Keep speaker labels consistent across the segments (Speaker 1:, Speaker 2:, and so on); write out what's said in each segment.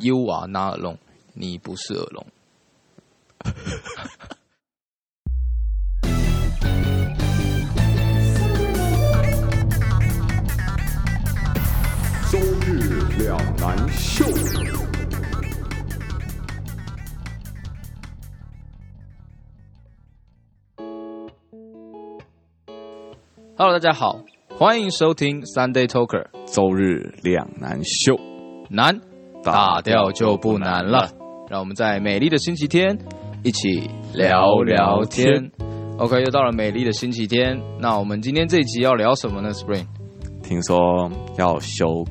Speaker 1: You are not alone，你不是耳聋。
Speaker 2: 周日两难秀，
Speaker 1: Hello，大家好，欢迎收听 Sunday Talker，
Speaker 2: 周日两难秀，
Speaker 1: 难打掉就不难了。让我们在美丽的星期天一起聊聊天。OK，又到了美丽的星期天，那我们今天这一集要聊什么呢？Spring
Speaker 2: 听说要修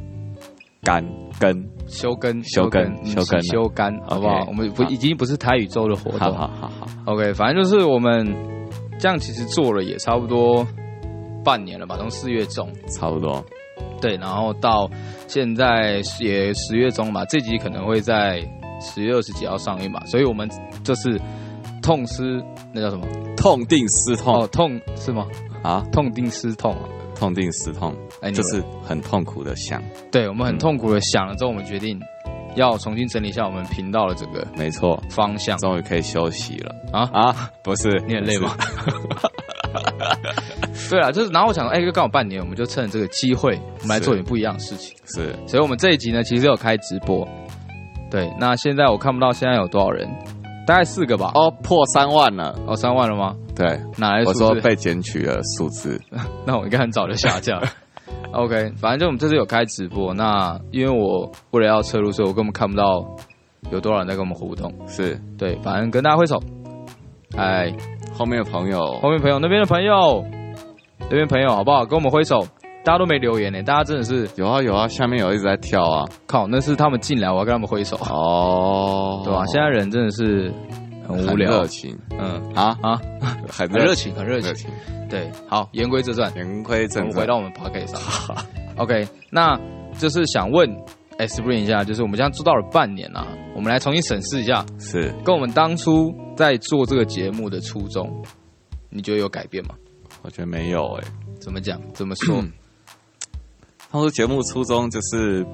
Speaker 2: 干根，
Speaker 1: 修根，
Speaker 2: 修根
Speaker 1: 嗯
Speaker 2: 修根
Speaker 1: 是修干，好不好
Speaker 2: OK，
Speaker 1: 我们不
Speaker 2: 好
Speaker 1: 已经不是台语周的活
Speaker 2: 好
Speaker 1: 动
Speaker 2: 好好好，
Speaker 1: OK，反正就是我们这样，其实做了也差不多半年了吧，从四月中
Speaker 2: 差不多。
Speaker 1: 对，然后到现在也十月中吧，这集可能会在十月二十几号上映吧，所以我们就是痛失那叫什么？
Speaker 2: 痛定思痛、
Speaker 1: 哦，痛是吗？
Speaker 2: 啊，
Speaker 1: 痛定思痛啊！
Speaker 2: 痛定思痛，
Speaker 1: 哎，
Speaker 2: 就
Speaker 1: 你
Speaker 2: 是嗯很痛苦的想，
Speaker 1: 对我们很痛苦的想了之后，我们决定要重新整理一下我们频道的整个
Speaker 2: 没错，
Speaker 1: 方向
Speaker 2: 终于可以休息了
Speaker 1: 嗯啊。
Speaker 2: 啊！不是，
Speaker 1: 你很累吗？对啊，就是然后我想说，哎、就刚好半年，我们就趁这个机会，我们来
Speaker 2: 是
Speaker 1: 做点不一样的事情。
Speaker 2: 不是？是
Speaker 1: 所以我们这一集呢，其实有开直播。对，那现在我看不到现在有多少人，大概四个吧。哦
Speaker 2: 哦，破三万了。
Speaker 1: 哦，三万了吗？
Speaker 2: 对，
Speaker 1: 哪来的
Speaker 2: 我
Speaker 1: 数
Speaker 2: 说
Speaker 1: 字？
Speaker 2: 被检举的数字，
Speaker 1: 那我应该很早就下架 了。OK，反正就我们这次有开直播，那因为我为了要测录，所以我根本看不到有多少人在跟我们互动。
Speaker 2: 是
Speaker 1: 对，反正跟大家挥手。哎，
Speaker 2: 后面的朋友
Speaker 1: 后面朋友那边的朋友，那边朋友好不好？跟我们挥手。大家都没留言呢、大家真的是
Speaker 2: 有啊有啊，下面有一直在跳啊。
Speaker 1: 靠，那是他们进来，我要跟他们挥手，
Speaker 2: 哦，
Speaker 1: 对吧、啊现在人真的是很无聊
Speaker 2: 热，情
Speaker 1: 嗯。
Speaker 2: 啊
Speaker 1: 啊， 很
Speaker 2: 很
Speaker 1: 热
Speaker 2: 热
Speaker 1: 情，很热
Speaker 2: 热
Speaker 1: 情。
Speaker 2: 情。
Speaker 1: 对，好，言归正传，
Speaker 2: 言归
Speaker 1: 我
Speaker 2: 正
Speaker 1: 们
Speaker 2: 传
Speaker 1: 回，到我们 p o c k e t 上。OK，那就是想问 Spring 一下，就是我们这样做到了半年啊，我们来重新审视一下，
Speaker 2: 是
Speaker 1: 跟我们当初在做这个节目的初衷，你觉得有改变吗？
Speaker 2: 我觉得没有诶、
Speaker 1: 怎么讲？怎么说？
Speaker 2: 嗯他说节目初衷就是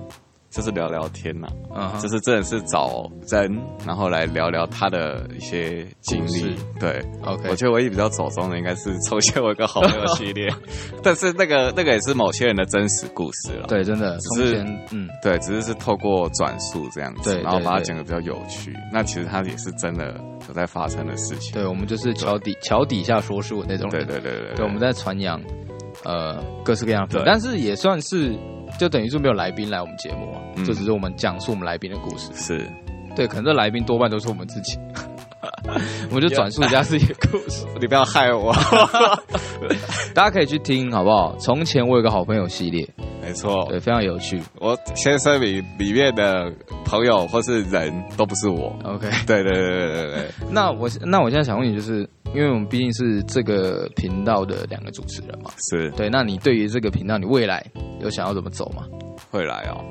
Speaker 2: 就是聊聊天呐、
Speaker 1: 嗯哼，
Speaker 2: 就是真的是找人，然后来聊聊他的一些经历
Speaker 1: 故事。
Speaker 2: 对
Speaker 1: OK，
Speaker 2: 我觉得唯一比较走中的应该是抽签我有个好朋友系列， 但是那个那个也是某些人的真实故事了。
Speaker 1: 对，真的，从
Speaker 2: 只是
Speaker 1: 前，嗯，
Speaker 2: 对，只是是透过转述这样子，
Speaker 1: 对
Speaker 2: 然后
Speaker 1: 对
Speaker 2: 把它
Speaker 1: 对
Speaker 2: 讲的比较有趣。那其实它也是真的有在发生的事情。
Speaker 1: 对，我们就是桥底桥底下说书的那种人
Speaker 2: 对对对对对
Speaker 1: 对，我们在传扬呃各式各样的
Speaker 2: 对，
Speaker 1: 但是也算是就等于是没有来宾来我们节目啊，
Speaker 2: 嗯
Speaker 1: 就只是我们讲述我们来宾的故事。
Speaker 2: 是
Speaker 1: 对，可能这来宾多半都是我们自己， 我们就转述一下自己的故事，
Speaker 2: 你不要害我。
Speaker 1: 大家可以去听好不好？从前我有个好朋友系列，
Speaker 2: 没错，
Speaker 1: 对，非常有趣。
Speaker 2: 我先声明，里面的朋友或是人都不是我。
Speaker 1: OK，
Speaker 2: 对对对对对对，
Speaker 1: 那我那我现在想问你，就是因为我们毕竟是这个频道的两个主持人嘛，
Speaker 2: 是
Speaker 1: 对，那你对于这个频道，你未来有想要怎么走吗？
Speaker 2: 会来哦。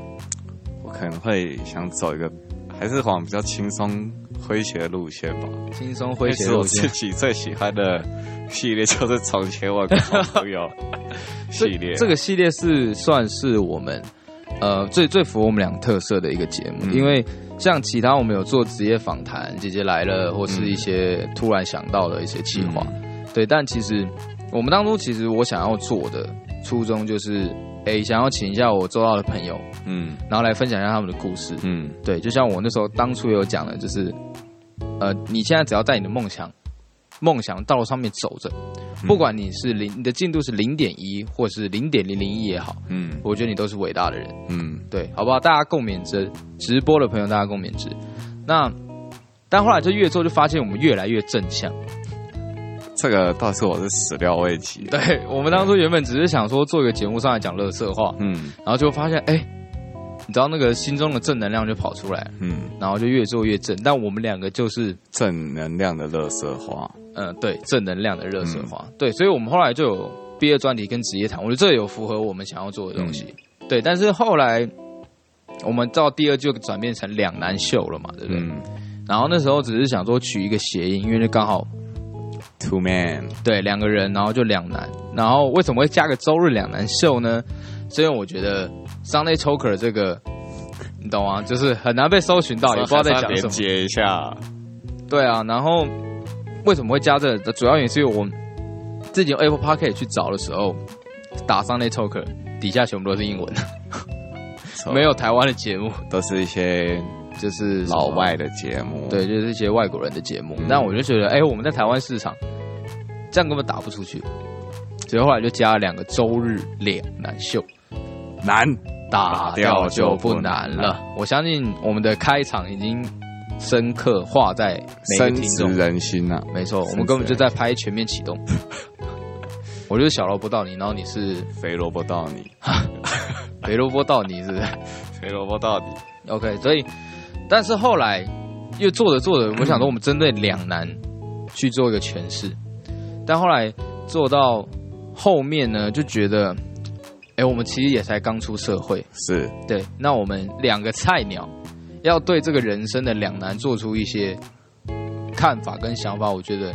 Speaker 2: 我可能会想走一个，还是往比较轻松诙谐的路线吧。
Speaker 1: 轻松诙
Speaker 2: 其
Speaker 1: 谐
Speaker 2: 实我
Speaker 1: 路
Speaker 2: 自
Speaker 1: 线，
Speaker 2: 己最喜欢的系列就是《从前我有个好 朋友》系列。啊
Speaker 1: 这个系列是算是我们呃最最符合我们俩特色的一个节目，
Speaker 2: 嗯
Speaker 1: 因为像其他我们有做职业访谈，姐姐来了，或是一些突然想到的一些计划，
Speaker 2: 嗯
Speaker 1: 对。但其实我们当初其实我想要做的初衷就是，诶、想要请一下我周到的朋友，
Speaker 2: 嗯
Speaker 1: 然后来分享一下他们的故事。
Speaker 2: 嗯，
Speaker 1: 对，就像我那时候当初有讲的，就是呃，你现在只要在你的梦想。梦想的道路上面走着，不管你是零，你的进度是零点一，或是零点零零一也好，
Speaker 2: 嗯
Speaker 1: 我觉得你都是伟大的人，
Speaker 2: 嗯
Speaker 1: 对，好不好？大家共勉之，直播的朋友大家共勉之。那但后来就越做就发现我们越来越正向，
Speaker 2: 这个倒是我是始料未及。
Speaker 1: 对我们当初原本只是想说做一个节目上来讲乐色话，
Speaker 2: 嗯
Speaker 1: 然后就发现哎、你知道那个心中的正能量就跑出来，
Speaker 2: 嗯，
Speaker 1: 然后就越做越正。但我们两个就是
Speaker 2: 正能量的乐色话。
Speaker 1: 嗯、呃对正能量的乐色话，对，所以我们后来就有毕业专题跟职业谈，我觉得这有符合我们想要做的东西，对。但是后来我们到第二季就转变成两难秀了嘛，对不对？
Speaker 2: 嗯
Speaker 1: 然后那时候只是想说取一个谐音，因为就刚好
Speaker 2: ，Two Man。
Speaker 1: 对两个人，然后就两难。然后为什么会加个周日两难秀呢？是因为我觉得 Sunday Choker 这个你懂吗？就是很难被搜寻到，也不知道在讲什
Speaker 2: 连
Speaker 1: 么。
Speaker 2: 接一下，
Speaker 1: 对啊，然后为什么会加这个？主要原因是因为我自己用 Apple Pocket 去找的时候，打上那 Talk 底下全部都是英文，没有台湾的节目，
Speaker 2: 都是一些
Speaker 1: 就是什么
Speaker 2: 老外的节目，
Speaker 1: 对，就是一些外国人的节目。那、我就觉得，哎、我们在台湾市场这样根本打不出去，所以后来就加了两个周日两难秀，
Speaker 2: 难，
Speaker 1: 打掉就不难了。我相信我们的开场已经深刻画在每个
Speaker 2: 深
Speaker 1: 听
Speaker 2: 植
Speaker 1: 众。
Speaker 2: 人心呐、啊。
Speaker 1: 没错，我
Speaker 2: 深
Speaker 1: 们根本就
Speaker 2: 植
Speaker 1: 在拍全面启动。我就是小萝卜到你，然后你是
Speaker 2: 肥萝卜到底，
Speaker 1: 肥萝卜到你，是不是
Speaker 2: 肥萝卜到底，
Speaker 1: ？OK，所以，但是后来又做着做着，我想说我们针对两难去做一个诠释，但后来做到后面呢，就觉得，哎，我们其实也才刚出社会，
Speaker 2: 是
Speaker 1: 对，那我们两个菜鸟要对这个人生的两难做出一些看法跟想法，我觉得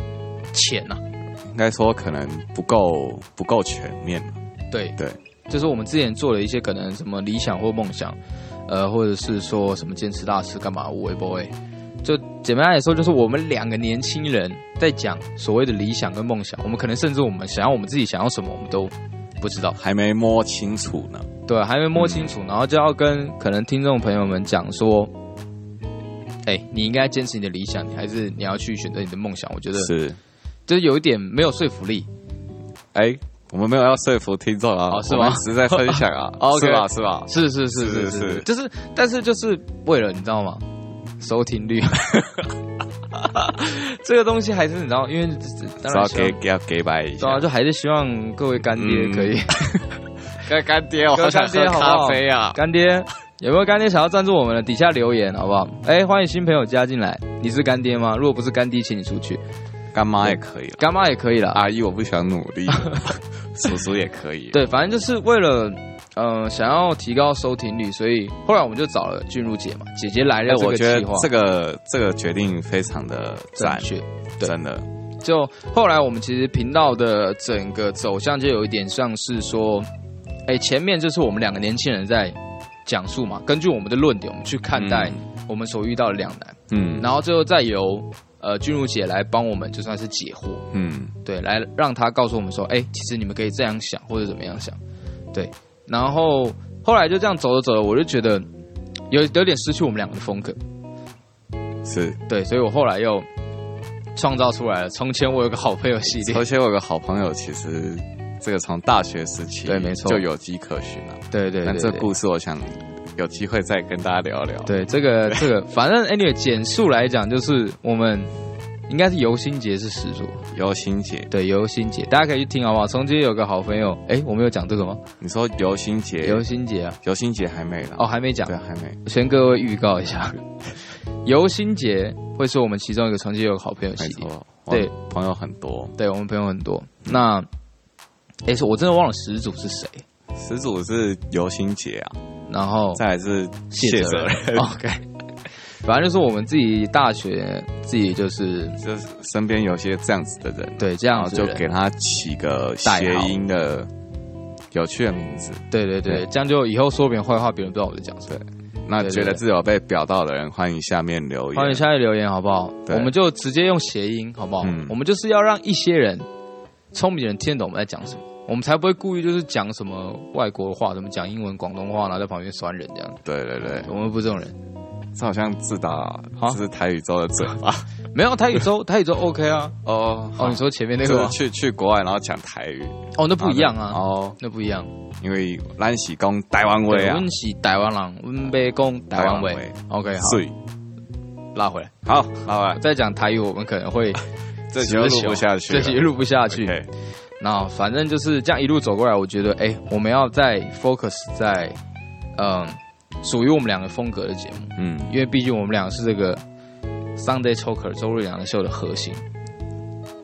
Speaker 1: 浅啊呐、
Speaker 2: 应该说可能不够不够全面，
Speaker 1: 对
Speaker 2: 对，
Speaker 1: 就是我们之前做了一些可能什么理想或梦想，呃，或者是说什么坚持大事干嘛无为不为，就简单来说，就是我们两个年轻人在讲所谓的理想跟梦想，我们可能甚至我们想要我们自己想要什么，我们都不知道，
Speaker 2: 还没摸清楚呢。
Speaker 1: 对，啊还没摸清楚，然后就要跟可能听众朋友们讲说。哎、你应该坚持你的理想，你还是你要去选择你的梦想？我觉得
Speaker 2: 是，
Speaker 1: 就是有一点没有说服力。
Speaker 2: 哎、我们没有要说服听众啊，
Speaker 1: 哦是
Speaker 2: 我们
Speaker 1: 吗
Speaker 2: 只是在分享 啊
Speaker 1: OK
Speaker 2: 是吧？是吧？
Speaker 1: 是是是
Speaker 2: 是
Speaker 1: 是是
Speaker 2: 是是
Speaker 1: 是，就是但是就是为了你知道吗？收听率， 这个东西还是你知道，因为当然
Speaker 2: 要
Speaker 1: 希望
Speaker 2: 给给要给白一下
Speaker 1: 对，啊，就还是希望各位干爹
Speaker 2: 嗯
Speaker 1: 可以，
Speaker 2: 干干爹，我
Speaker 1: 好想喝咖啡
Speaker 2: 啊！
Speaker 1: 干爹有没有干爹想要赞助我们的？底下留言好不好？哎，欢迎新朋友加进来，你是干爹吗？如果不是干爹，请你出去，
Speaker 2: 干妈也可以了，啊
Speaker 1: 干妈也可以啦。
Speaker 2: 阿姨我不想努 力，叔叔也可以。
Speaker 1: 对，反正就是为了。呃，想要提高收听率，所以后来我们就找了俊如姐嘛，姐姐来
Speaker 2: 哎，
Speaker 1: 了这
Speaker 2: 我
Speaker 1: 个
Speaker 2: 觉得
Speaker 1: 计划，
Speaker 2: 这个这个决定非常的赞
Speaker 1: 正，确，对
Speaker 2: 真的
Speaker 1: 就后来我们其实频道的整个走向就有一点像是说，哎、前面就是我们两个年轻人在讲述嘛，根据我们的论点，我们去看待我们所遇到的两难，
Speaker 2: 嗯
Speaker 1: 然后最后再由呃君如姐来帮我们，就算是解惑，
Speaker 2: 嗯，
Speaker 1: 对，来让她告诉我们说，哎、其实你们可以这样想或者怎么样想，对，然后后来就这样走着走着，我就觉得有有点失去我们两个的风格，
Speaker 2: 是。
Speaker 1: 对，所以我后来又创造出来了，从前我有个好朋友系列，
Speaker 2: 而且我有个好朋友，其实这个从大学时期
Speaker 1: 对没错
Speaker 2: 就有迹可循了。
Speaker 1: 对对对
Speaker 2: 但这
Speaker 1: 对
Speaker 2: 故事，我想有机会再跟大家聊聊。
Speaker 1: 对，这个这个，反正 anyway 简述来讲，就是我们应该是游心节是始祖，
Speaker 2: 游心姐，
Speaker 1: 对，游心节，大家可以去听好不好？从前有个好朋友，哎，我们有讲这个吗？
Speaker 2: 你说游心姐，
Speaker 1: 游心节啊，
Speaker 2: 游心姐还没了
Speaker 1: 哦，，还没讲
Speaker 2: 对，，还没，
Speaker 1: 先各位预告一 下，游心节会是我们其中一个曾经有个好朋友系
Speaker 2: 没
Speaker 1: 列，
Speaker 2: 错，
Speaker 1: 对
Speaker 2: 我朋友很多。
Speaker 1: 对我们朋友很多。那，哎，是我真的忘了始祖是谁，
Speaker 2: 始祖是游心姐啊，
Speaker 1: 然后
Speaker 2: 再来是谢
Speaker 1: 哦哲
Speaker 2: 哲
Speaker 1: 人哦
Speaker 2: 人，
Speaker 1: ，OK，反正就是我们自己大学自己就是
Speaker 2: 就是身边有些这样子的人，
Speaker 1: 对这
Speaker 2: 然
Speaker 1: 样
Speaker 2: 后
Speaker 1: 子
Speaker 2: 啊就
Speaker 1: 的人
Speaker 2: 给他起个
Speaker 1: 代
Speaker 2: 谐
Speaker 1: 号
Speaker 2: 音的有趣的名字。
Speaker 1: 对对对，
Speaker 2: 对
Speaker 1: 这样就以后说别人坏话，别人不知道我在讲什么。
Speaker 2: 那
Speaker 1: 对对
Speaker 2: 觉得
Speaker 1: 对
Speaker 2: 自己有被表到的人，欢迎下面留言。
Speaker 1: 欢迎下面留言好不好？
Speaker 2: 对
Speaker 1: 我们就直接用谐音好不好？
Speaker 2: 嗯
Speaker 1: 我们就是要让一些人聪明的人听得懂我们在讲什么，我们才不会故意就是讲什么外国话，怎么讲英文、广东话，然后在旁边酸人这样。
Speaker 2: 对对对，
Speaker 1: 我们不是这种人，
Speaker 2: 这好像自打这是台语周的嘴巴
Speaker 1: 没有台语 周，台语周 OK 啊。
Speaker 2: 哦
Speaker 1: 哦，你说前面那
Speaker 2: 这
Speaker 1: 个
Speaker 2: 个
Speaker 1: 吗
Speaker 2: 去去国外然后讲台语
Speaker 1: 哦，那不一样啊，
Speaker 2: 哦，
Speaker 1: 那不一样。
Speaker 2: 因为咱是讲台湾话
Speaker 1: 对我
Speaker 2: 啊，
Speaker 1: 们是台湾人，我们被讲台湾话
Speaker 2: 台湾。
Speaker 1: OK，好，
Speaker 2: 所以
Speaker 1: 拉回来。
Speaker 2: 好，老板
Speaker 1: 再讲台语，我们可能会
Speaker 2: 这集就录不下去
Speaker 1: 这
Speaker 2: 了，
Speaker 1: 集录不下去。
Speaker 2: OK，
Speaker 1: 那反正就是这样一路走过来，我觉得，哎、我们要再 focus 在，嗯，属于我们两个风格的节目，
Speaker 2: 嗯，
Speaker 1: 因为毕竟我们俩是这个 Sunday Choker 周日两个秀的核心。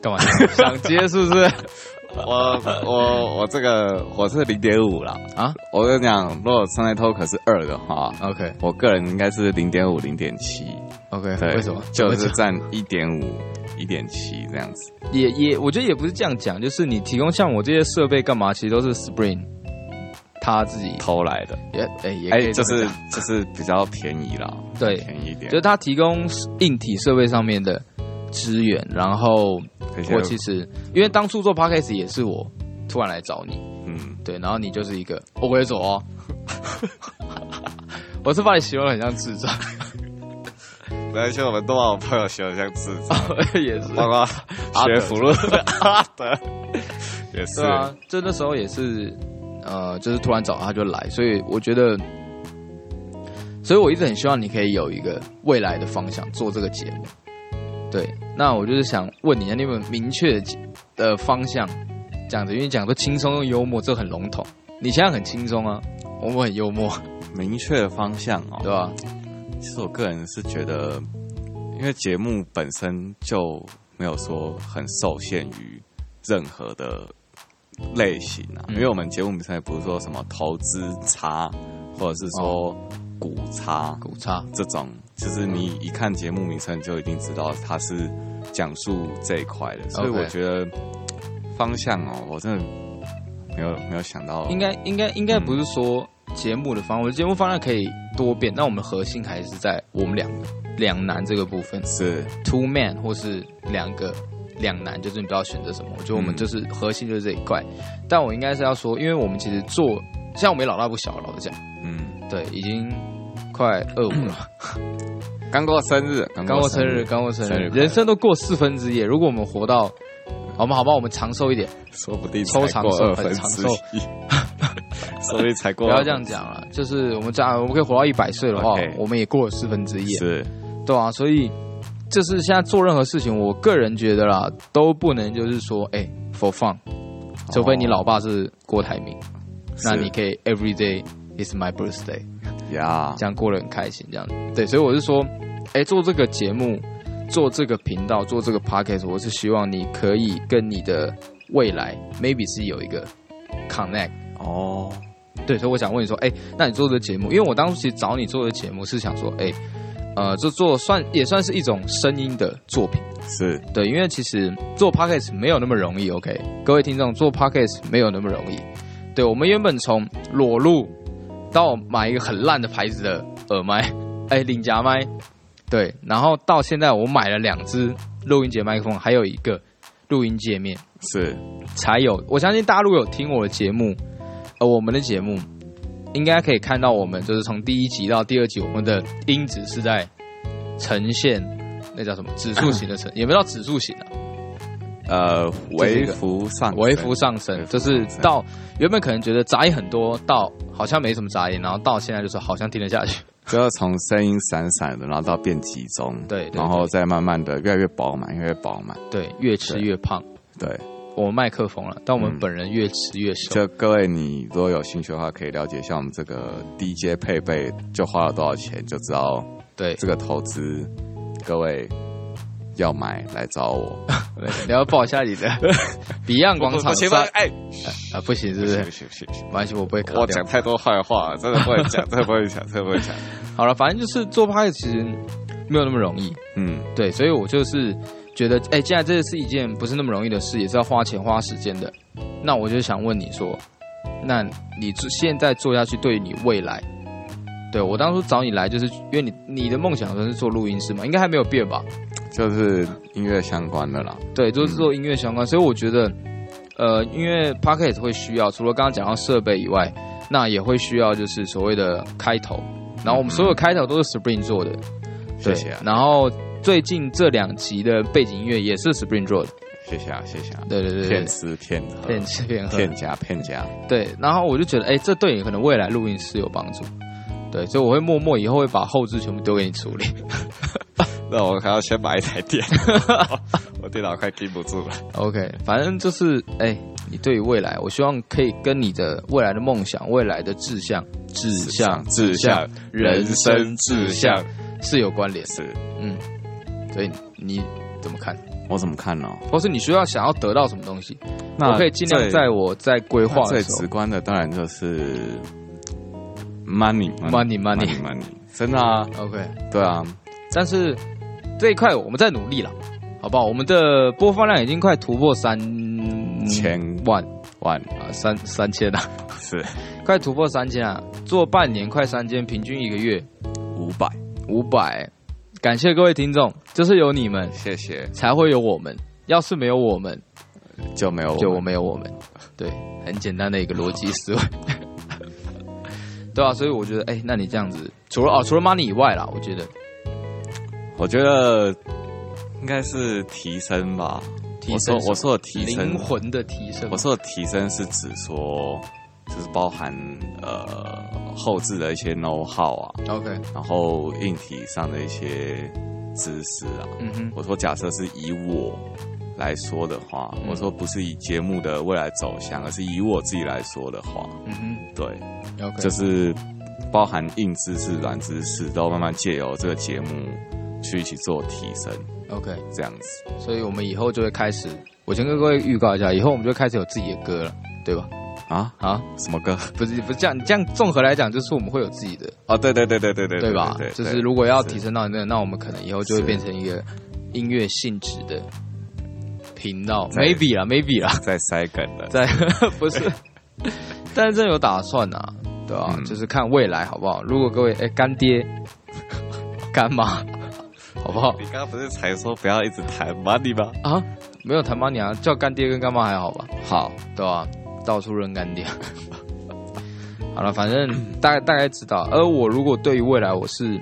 Speaker 1: 干嘛？想接是不 是？
Speaker 2: 我我我这个我是零点五啦
Speaker 1: 啊，
Speaker 2: 我跟你讲，如果上来偷可是二的话。
Speaker 1: OK
Speaker 2: 我个人应该是零点五、零点七，
Speaker 1: OK，
Speaker 2: 对，
Speaker 1: 嗯为什么？
Speaker 2: 就是占一点五、一点七这样子。
Speaker 1: 也也，我觉得也不是这样讲，就是你提供像我这些设备干嘛，其实都是 Spring 他自己
Speaker 2: 偷来的，
Speaker 1: 也哎、也可
Speaker 2: 哎，
Speaker 1: 以这
Speaker 2: 就
Speaker 1: 么
Speaker 2: 是
Speaker 1: 讲
Speaker 2: 就是比较便宜啦，
Speaker 1: 对
Speaker 2: 便宜一点
Speaker 1: 就。是他提供硬体设备上面的资源，然后
Speaker 2: 而且
Speaker 1: 我其实因为当初做 podcast 也是我突然来找你，
Speaker 2: 嗯，
Speaker 1: 对，然后你就是一个我会走哦， 我是把你形容得很像智障，
Speaker 2: 而且我们都把我朋友形容像智障，
Speaker 1: 也是
Speaker 2: 包括
Speaker 1: 阿
Speaker 2: 学
Speaker 1: 德
Speaker 2: 福路的阿德， 也是
Speaker 1: 对啊，就那时候也是，呃，就是突然找他就来，所以我觉得，所以我一直很希望你可以有一个未来的方向做这个节目。对，那我就是想问你一下，你有没有明确的的方向？这样子，因为你讲说轻松又幽默，这很笼统。你现在很轻松啊，我们很幽默，
Speaker 2: 明确的方向哦。
Speaker 1: 对吧、啊
Speaker 2: 其实我个人是觉得，因为节目本身就没有说很受限于任何的类型啊，
Speaker 1: 嗯
Speaker 2: 因为我们节目本身也不是说什么投资差，或者是说
Speaker 1: 哦
Speaker 2: 股差
Speaker 1: 股差，
Speaker 2: 这种，就是
Speaker 1: 嗯
Speaker 2: 你一看节目名称就一定知道它是讲述这一块的，所以
Speaker 1: OK
Speaker 2: 我觉得方向哦，我真的没有没有想到，
Speaker 1: 应该应该应该不是说节目的方向，我的节目方向可以多变。那我们核心还是在我们两个两难这个部分。
Speaker 2: 是
Speaker 1: two man 或是两个两难，就是你不知道选择什么。我觉得我们
Speaker 2: 嗯
Speaker 1: 就是核心就是这一块，但我应该是要说，因为我们其实做，像我们也老大不小了，老实讲，
Speaker 2: 嗯，
Speaker 1: 对，已经快二五了，
Speaker 2: 刚过生日，刚
Speaker 1: 刚过生日，，刚过生
Speaker 2: 嗯生
Speaker 1: 日
Speaker 2: 日，快乐
Speaker 1: 人生都过四分之一了。如果我们活到，我们好吧，我们长寿一点，
Speaker 2: 说不定
Speaker 1: 抽
Speaker 2: 才
Speaker 1: 长
Speaker 2: 过
Speaker 1: 寿
Speaker 2: 二
Speaker 1: 很
Speaker 2: 分
Speaker 1: 长
Speaker 2: 之
Speaker 1: 寿
Speaker 2: 一， 所以才过
Speaker 1: 不要这样讲了。就是我们这样，我们可以活到一百岁的话
Speaker 2: 嗯 OK
Speaker 1: 我们也过了四分之一了。
Speaker 2: 是
Speaker 1: 对啊，所以就是现在做任何事情，我个人觉得啦，都不能就是说，哎、for fun，除
Speaker 2: 哦
Speaker 1: 非你老爸是郭台铭，那你可以 every day is my birthday，
Speaker 2: 呀，
Speaker 1: 这样过得很开心，这样子。对，所以我是说，哎、做这个节目，做这个频道，做这个 podcast，我是希望你可以跟你的未来 maybe 是有一个 connect。
Speaker 2: 哦，
Speaker 1: 对，所以我想问你说，哎、那你做的节目，因为我当初其实找你做的节目是想说，哎、呃，这做算也算是一种声音的作品，
Speaker 2: 是
Speaker 1: 对，因为其实做 podcast 没有那么容易，OK，各位听众做 podcast 没有那么容易，对我们原本从裸露到买一个很烂的牌子的耳麦，哎、领夹麦，对，然后到现在我买了两只录音节麦克风，还有一个录音界面，
Speaker 2: 是
Speaker 1: 才有。我相信大陆有听我的节目，呃，我们的节目应该可以看到，我们就是从第一集到第二集，我们的音质是在呈现那叫什么指数型的 呈，也没到指数型啊，
Speaker 2: 呃
Speaker 1: 这是一
Speaker 2: 微
Speaker 1: 个
Speaker 2: 幅上升
Speaker 1: 微幅上升
Speaker 2: 微，幅
Speaker 1: 就
Speaker 2: 上升
Speaker 1: 是到原本可能觉得杂音很多，到好像没什么杂音，然后到现在就是好像听得下去。
Speaker 2: 就是从声音闪闪的，然后到变集中，
Speaker 1: 对对
Speaker 2: 然后再慢慢的越来越饱满，越来越饱满，
Speaker 1: 对，越吃
Speaker 2: 对
Speaker 1: 越胖。
Speaker 2: 对，
Speaker 1: 我们麦克风了，但我们
Speaker 2: 嗯
Speaker 1: 本人越吃越 瘦。
Speaker 2: 就各位你如果有兴趣的话，可以了解一下我们这个 DJ 配备就花了多少钱，就知道
Speaker 1: 对，
Speaker 2: 这个投资，各位要买来找我，
Speaker 1: 你要报一下 你的 Beyond 广场
Speaker 2: 前
Speaker 1: 三
Speaker 2: 哎，
Speaker 1: 啊，不行，是不是？
Speaker 2: 不行不行不行
Speaker 1: 没关系，我不会卡
Speaker 2: 我
Speaker 1: 掉
Speaker 2: 讲。太多坏话了，真的不会讲，真的不会讲，真的不 会讲。
Speaker 1: 好了，反正就是做 p o 其实没有那么容易，
Speaker 2: 嗯，
Speaker 1: 对，所以我就是觉得，哎、既然这是一件不是那么容易的事，也是要花钱花时间的，那我就想问你说，那你做现在做下去，对于你未来，对我当初找你来，就是因为你你的梦想好像是做录音师嘛，应该还没有变吧？
Speaker 2: 就是音乐相关的啦。
Speaker 1: 对，都是做音乐相关，所以我觉得，呃，因为 p o c k e t 会需要，除了刚刚讲到设备以外，那也会需要就是所谓的开头，然后我们所有开头都是 Spring 做的，
Speaker 2: 谢
Speaker 1: 对，
Speaker 2: 谢啊，
Speaker 1: 然后最近这两集的背景音乐也是 Spring Road，
Speaker 2: 谢谢啊，谢谢啊。
Speaker 1: 对对对对
Speaker 2: 骗，吃骗喝，
Speaker 1: 骗吃骗喝，
Speaker 2: 骗家骗家，
Speaker 1: 对。然后我就觉得，哎，这对你可能未来录音是有帮助。对，所以我会默默以后会把后置全部丢给你处理。
Speaker 2: 那我还要先买一台电脑，我电脑快禁不住了。
Speaker 1: OK，反正就是，哎，你对于未来，我希望可以跟你的未来的梦想、未来的志向、志向、
Speaker 2: 志向，人生志向
Speaker 1: 是有关联的。
Speaker 2: 是，
Speaker 1: 嗯，所以你怎么看？
Speaker 2: 我怎么看呢？
Speaker 1: 或是你需要想要得到什么东西？
Speaker 2: 那
Speaker 1: 我可以尽量
Speaker 2: 最
Speaker 1: 在我在规划
Speaker 2: 最
Speaker 1: 的时候
Speaker 2: 直观的当然就是 money
Speaker 1: ，money money
Speaker 2: money money，真的啊，
Speaker 1: OK，
Speaker 2: 对啊，
Speaker 1: 但是这一块我们在努力了，好不好？我们的播放量已经快突破三
Speaker 2: 千
Speaker 1: 万，
Speaker 2: 万
Speaker 1: 啊，三三千啊，
Speaker 2: 是
Speaker 1: 快突破三千啊，做半年快三千，平均一个月
Speaker 2: 五百，
Speaker 1: 五百。感谢各位听众，就是有你们
Speaker 2: 谢谢，
Speaker 1: 才会有我们，要是没有我们，
Speaker 2: 就没有我
Speaker 1: 就我没有我们。对，很简单的一个逻辑思维。 对啊，所以我觉得，哎、那你这样子，除了哦，除了 money 以外啦，我觉得
Speaker 2: 我觉得应该是提升吧。
Speaker 1: 提
Speaker 2: 我说
Speaker 1: 升
Speaker 2: 我说的提升
Speaker 1: 灵，魂的提升
Speaker 2: 我，说的提升是指说，就是包含呃后置的一些 know how 啊，
Speaker 1: OK，
Speaker 2: 然后硬体上的一些知识啊。
Speaker 1: 嗯哼，
Speaker 2: 我说假设是以我来说的话，
Speaker 1: 嗯
Speaker 2: 我说不是以节目的未来走向，而是以我自己来说的话，
Speaker 1: 嗯哼
Speaker 2: 对，
Speaker 1: ，OK，
Speaker 2: 就是包含硬知识、软知识，都慢慢借由这个节目去一起做提升，
Speaker 1: OK，
Speaker 2: 这样子。
Speaker 1: 所以我们以后就会开始，我先跟各位预告一下，以后我们就会开始有自己的歌了，对吧？
Speaker 2: 啊，
Speaker 1: 啊，
Speaker 2: 什么歌？
Speaker 1: 不是不是这样，这样综合来讲，就是我们会有自己的，
Speaker 2: 哦，对对对对对对
Speaker 1: 对吧
Speaker 2: 对，？
Speaker 1: 就是
Speaker 2: 对
Speaker 1: 如果要
Speaker 2: 是
Speaker 1: 提升到那个，那我们可能以后就会
Speaker 2: 是
Speaker 1: 变成一个音乐性质的频道
Speaker 2: 在
Speaker 1: ，maybe 啦，maybe 啦，
Speaker 2: 在塞梗了，
Speaker 1: 在 不是，但是这有打算啊，对吧？
Speaker 2: 嗯
Speaker 1: 就是看未来好不好？如果各位哎干爹 干妈好不好？
Speaker 2: 你刚刚不是才说不要一直谈 money 吗？
Speaker 1: 啊，没有谈妈娘，叫干爹跟干妈还好吧？好，对吧、到处认干爹。 好了，反正大概大概知道。而我如果对于未来，我是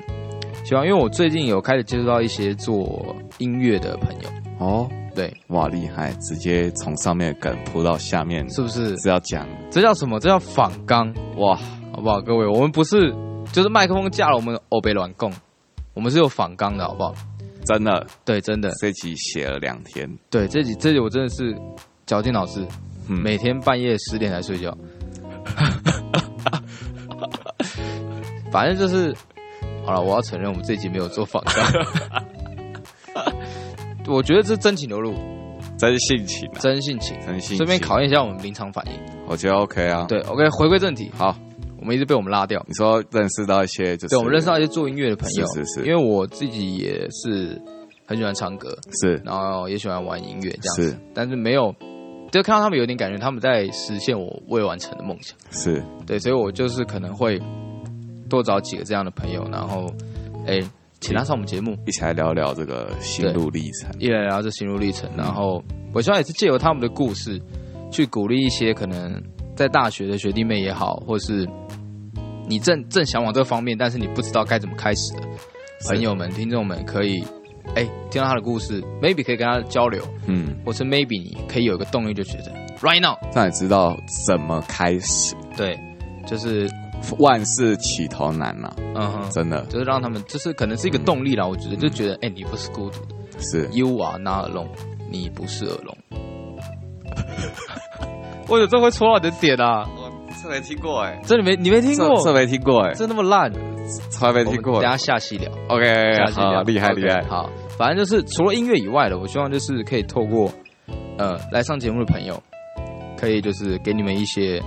Speaker 1: 希望，因为我最近有开始接触到一些做音乐的朋友，
Speaker 2: 哦，
Speaker 1: 对，
Speaker 2: 哇，厉害，直接从上面的梗铺到下面，
Speaker 1: 是不是？
Speaker 2: 是要讲
Speaker 1: 这叫什么？这叫仿纲，
Speaker 2: 哇，
Speaker 1: 好不好？各位，我们不是就是麦克风架了，我们欧北乱供，我们是有仿纲的，好不好？
Speaker 2: 真的，
Speaker 1: 对，真的，
Speaker 2: 这集写了两天，
Speaker 1: 对，这集这集我真的是绞尽脑汁，
Speaker 2: 嗯
Speaker 1: 每天半夜十点才睡觉。 反正就是，好了，我要承认我们这集没有做访 谈。我觉得这真情流露，
Speaker 2: 真性情啊，
Speaker 1: 真性情，
Speaker 2: 真性情。
Speaker 1: 顺便考验一下我们临场反应。
Speaker 2: 我觉得 OK 啊。，
Speaker 1: 对，OK，回归正题，
Speaker 2: 好，
Speaker 1: 我们一直被我们拉掉。
Speaker 2: 你说认识到一些就是
Speaker 1: 对，我们认识到一些做音乐的朋友，
Speaker 2: 是是是
Speaker 1: 因为我自己也是很喜欢唱歌，
Speaker 2: 是
Speaker 1: 然后也喜欢玩音乐这样子，
Speaker 2: 是
Speaker 1: 但是没有，就看到他们有点感觉他们在实现我未完成的梦想。
Speaker 2: 是
Speaker 1: 对，所以我就是可能会多找几个这样的朋友，然后哎，请他上我们节目，
Speaker 2: 一起来聊聊这个心路历程。
Speaker 1: 一来聊这心路历程，然后我希望也是借由他们的故事，去鼓励一些可能在大学的学弟妹也好，或是你正正想往这方面，但是你不知道该怎么开始的朋友们、听众们，可以哎听到他的故事，maybe 可以跟他交流，
Speaker 2: 嗯，
Speaker 1: 或是 maybe 你可以有一个动力，就觉得 right now，
Speaker 2: 让你知道怎么开始。
Speaker 1: 对，就是
Speaker 2: 万事起头难啊，
Speaker 1: 嗯哼。
Speaker 2: 真的
Speaker 1: 就是让他们，就是可能是一个动力啦。我觉得就觉得，哎、你不是孤独的
Speaker 2: 是
Speaker 1: ，You are not alone，你不是耳 聋。我有这会戳到你的点啊！
Speaker 2: 我这没听过哎，
Speaker 1: 这你没你没听
Speaker 2: 这
Speaker 1: 过，
Speaker 2: 这没听过哎，
Speaker 1: 这那么烂，
Speaker 2: 从来没听
Speaker 1: 我
Speaker 2: 过
Speaker 1: 们等。下下期聊，下
Speaker 2: OK，
Speaker 1: 期聊
Speaker 2: 好，厉害
Speaker 1: OK，
Speaker 2: 厉害，
Speaker 1: 好，反正就是除了音乐以外的，我希望就是可以透过呃来上节目的朋友，可以就是给你们一些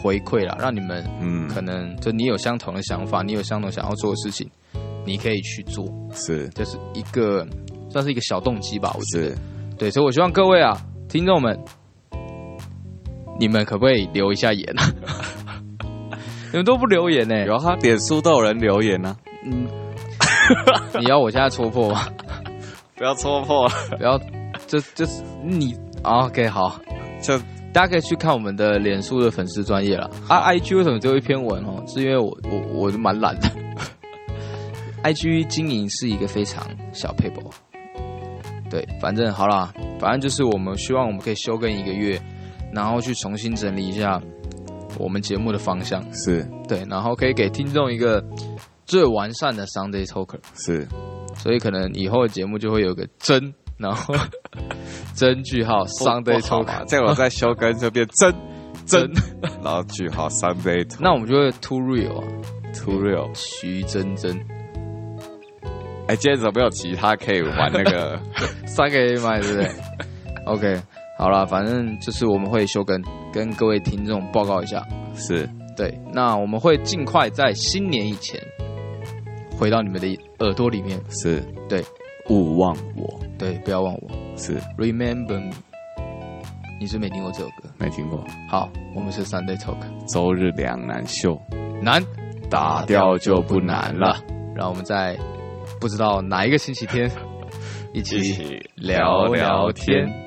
Speaker 1: 回馈啦，让你们
Speaker 2: 嗯，
Speaker 1: 可能就你有相同的想法，你有相同想要做的事情，你可以去做。
Speaker 2: 是
Speaker 1: 就是一个算是一个小动机吧，我觉
Speaker 2: 是
Speaker 1: 得。对，所以我希望各位啊，听众们，你们可不可以留一下言啊？ 你们都不留言呢、
Speaker 2: 有啊哈，脸书都有人留言啊呢，
Speaker 1: 嗯，你要我现在戳破吗？
Speaker 2: 不要戳破，
Speaker 1: 不要，就就是你啊 OK 好，
Speaker 2: 就
Speaker 1: 大家可以去看我们的脸书的粉丝专业了。啊，IG 为什么只有一篇文哦？是因为我我我就蛮懒的。IG 经营是一个非常小 paper，对，反正好啦，反正就是我们希望我们可以休更一个月，然后去重新整理一下我们节目的方向，
Speaker 2: 是
Speaker 1: 对，然后可以给听众一个最完善的 Sunday Talker，
Speaker 2: 是
Speaker 1: 所以可能以后的节目就会有个真，然后真句号 Sunday
Speaker 2: 抽
Speaker 1: Talker，
Speaker 2: 这样我再修跟这边真真
Speaker 1: 真，
Speaker 2: 然后句号 Sunday to
Speaker 1: 那我们就会 Too Real 啊。
Speaker 2: to real。
Speaker 1: 徐真真，
Speaker 2: 哎，今天怎么没有吉他可以玩那个？
Speaker 1: 三个 A 麦，对不对？OK，好了，反正就是我们会休更，跟各位听众报告一下。
Speaker 2: 是
Speaker 1: 对，那我们会尽快在新年以前回到你们的耳朵里面。
Speaker 2: 是，
Speaker 1: 对，
Speaker 2: 勿忘我
Speaker 1: 对，不要忘我
Speaker 2: 是
Speaker 1: ，Remember me，你是没听过这首歌。
Speaker 2: 没听过。
Speaker 1: 好，我们是 Sunday Talk，
Speaker 2: 周日两难秀，
Speaker 1: 难
Speaker 2: 打掉就不难了。
Speaker 1: 让我们在不知道哪一个星期天一
Speaker 2: 一
Speaker 1: 起
Speaker 2: 起聊聊天。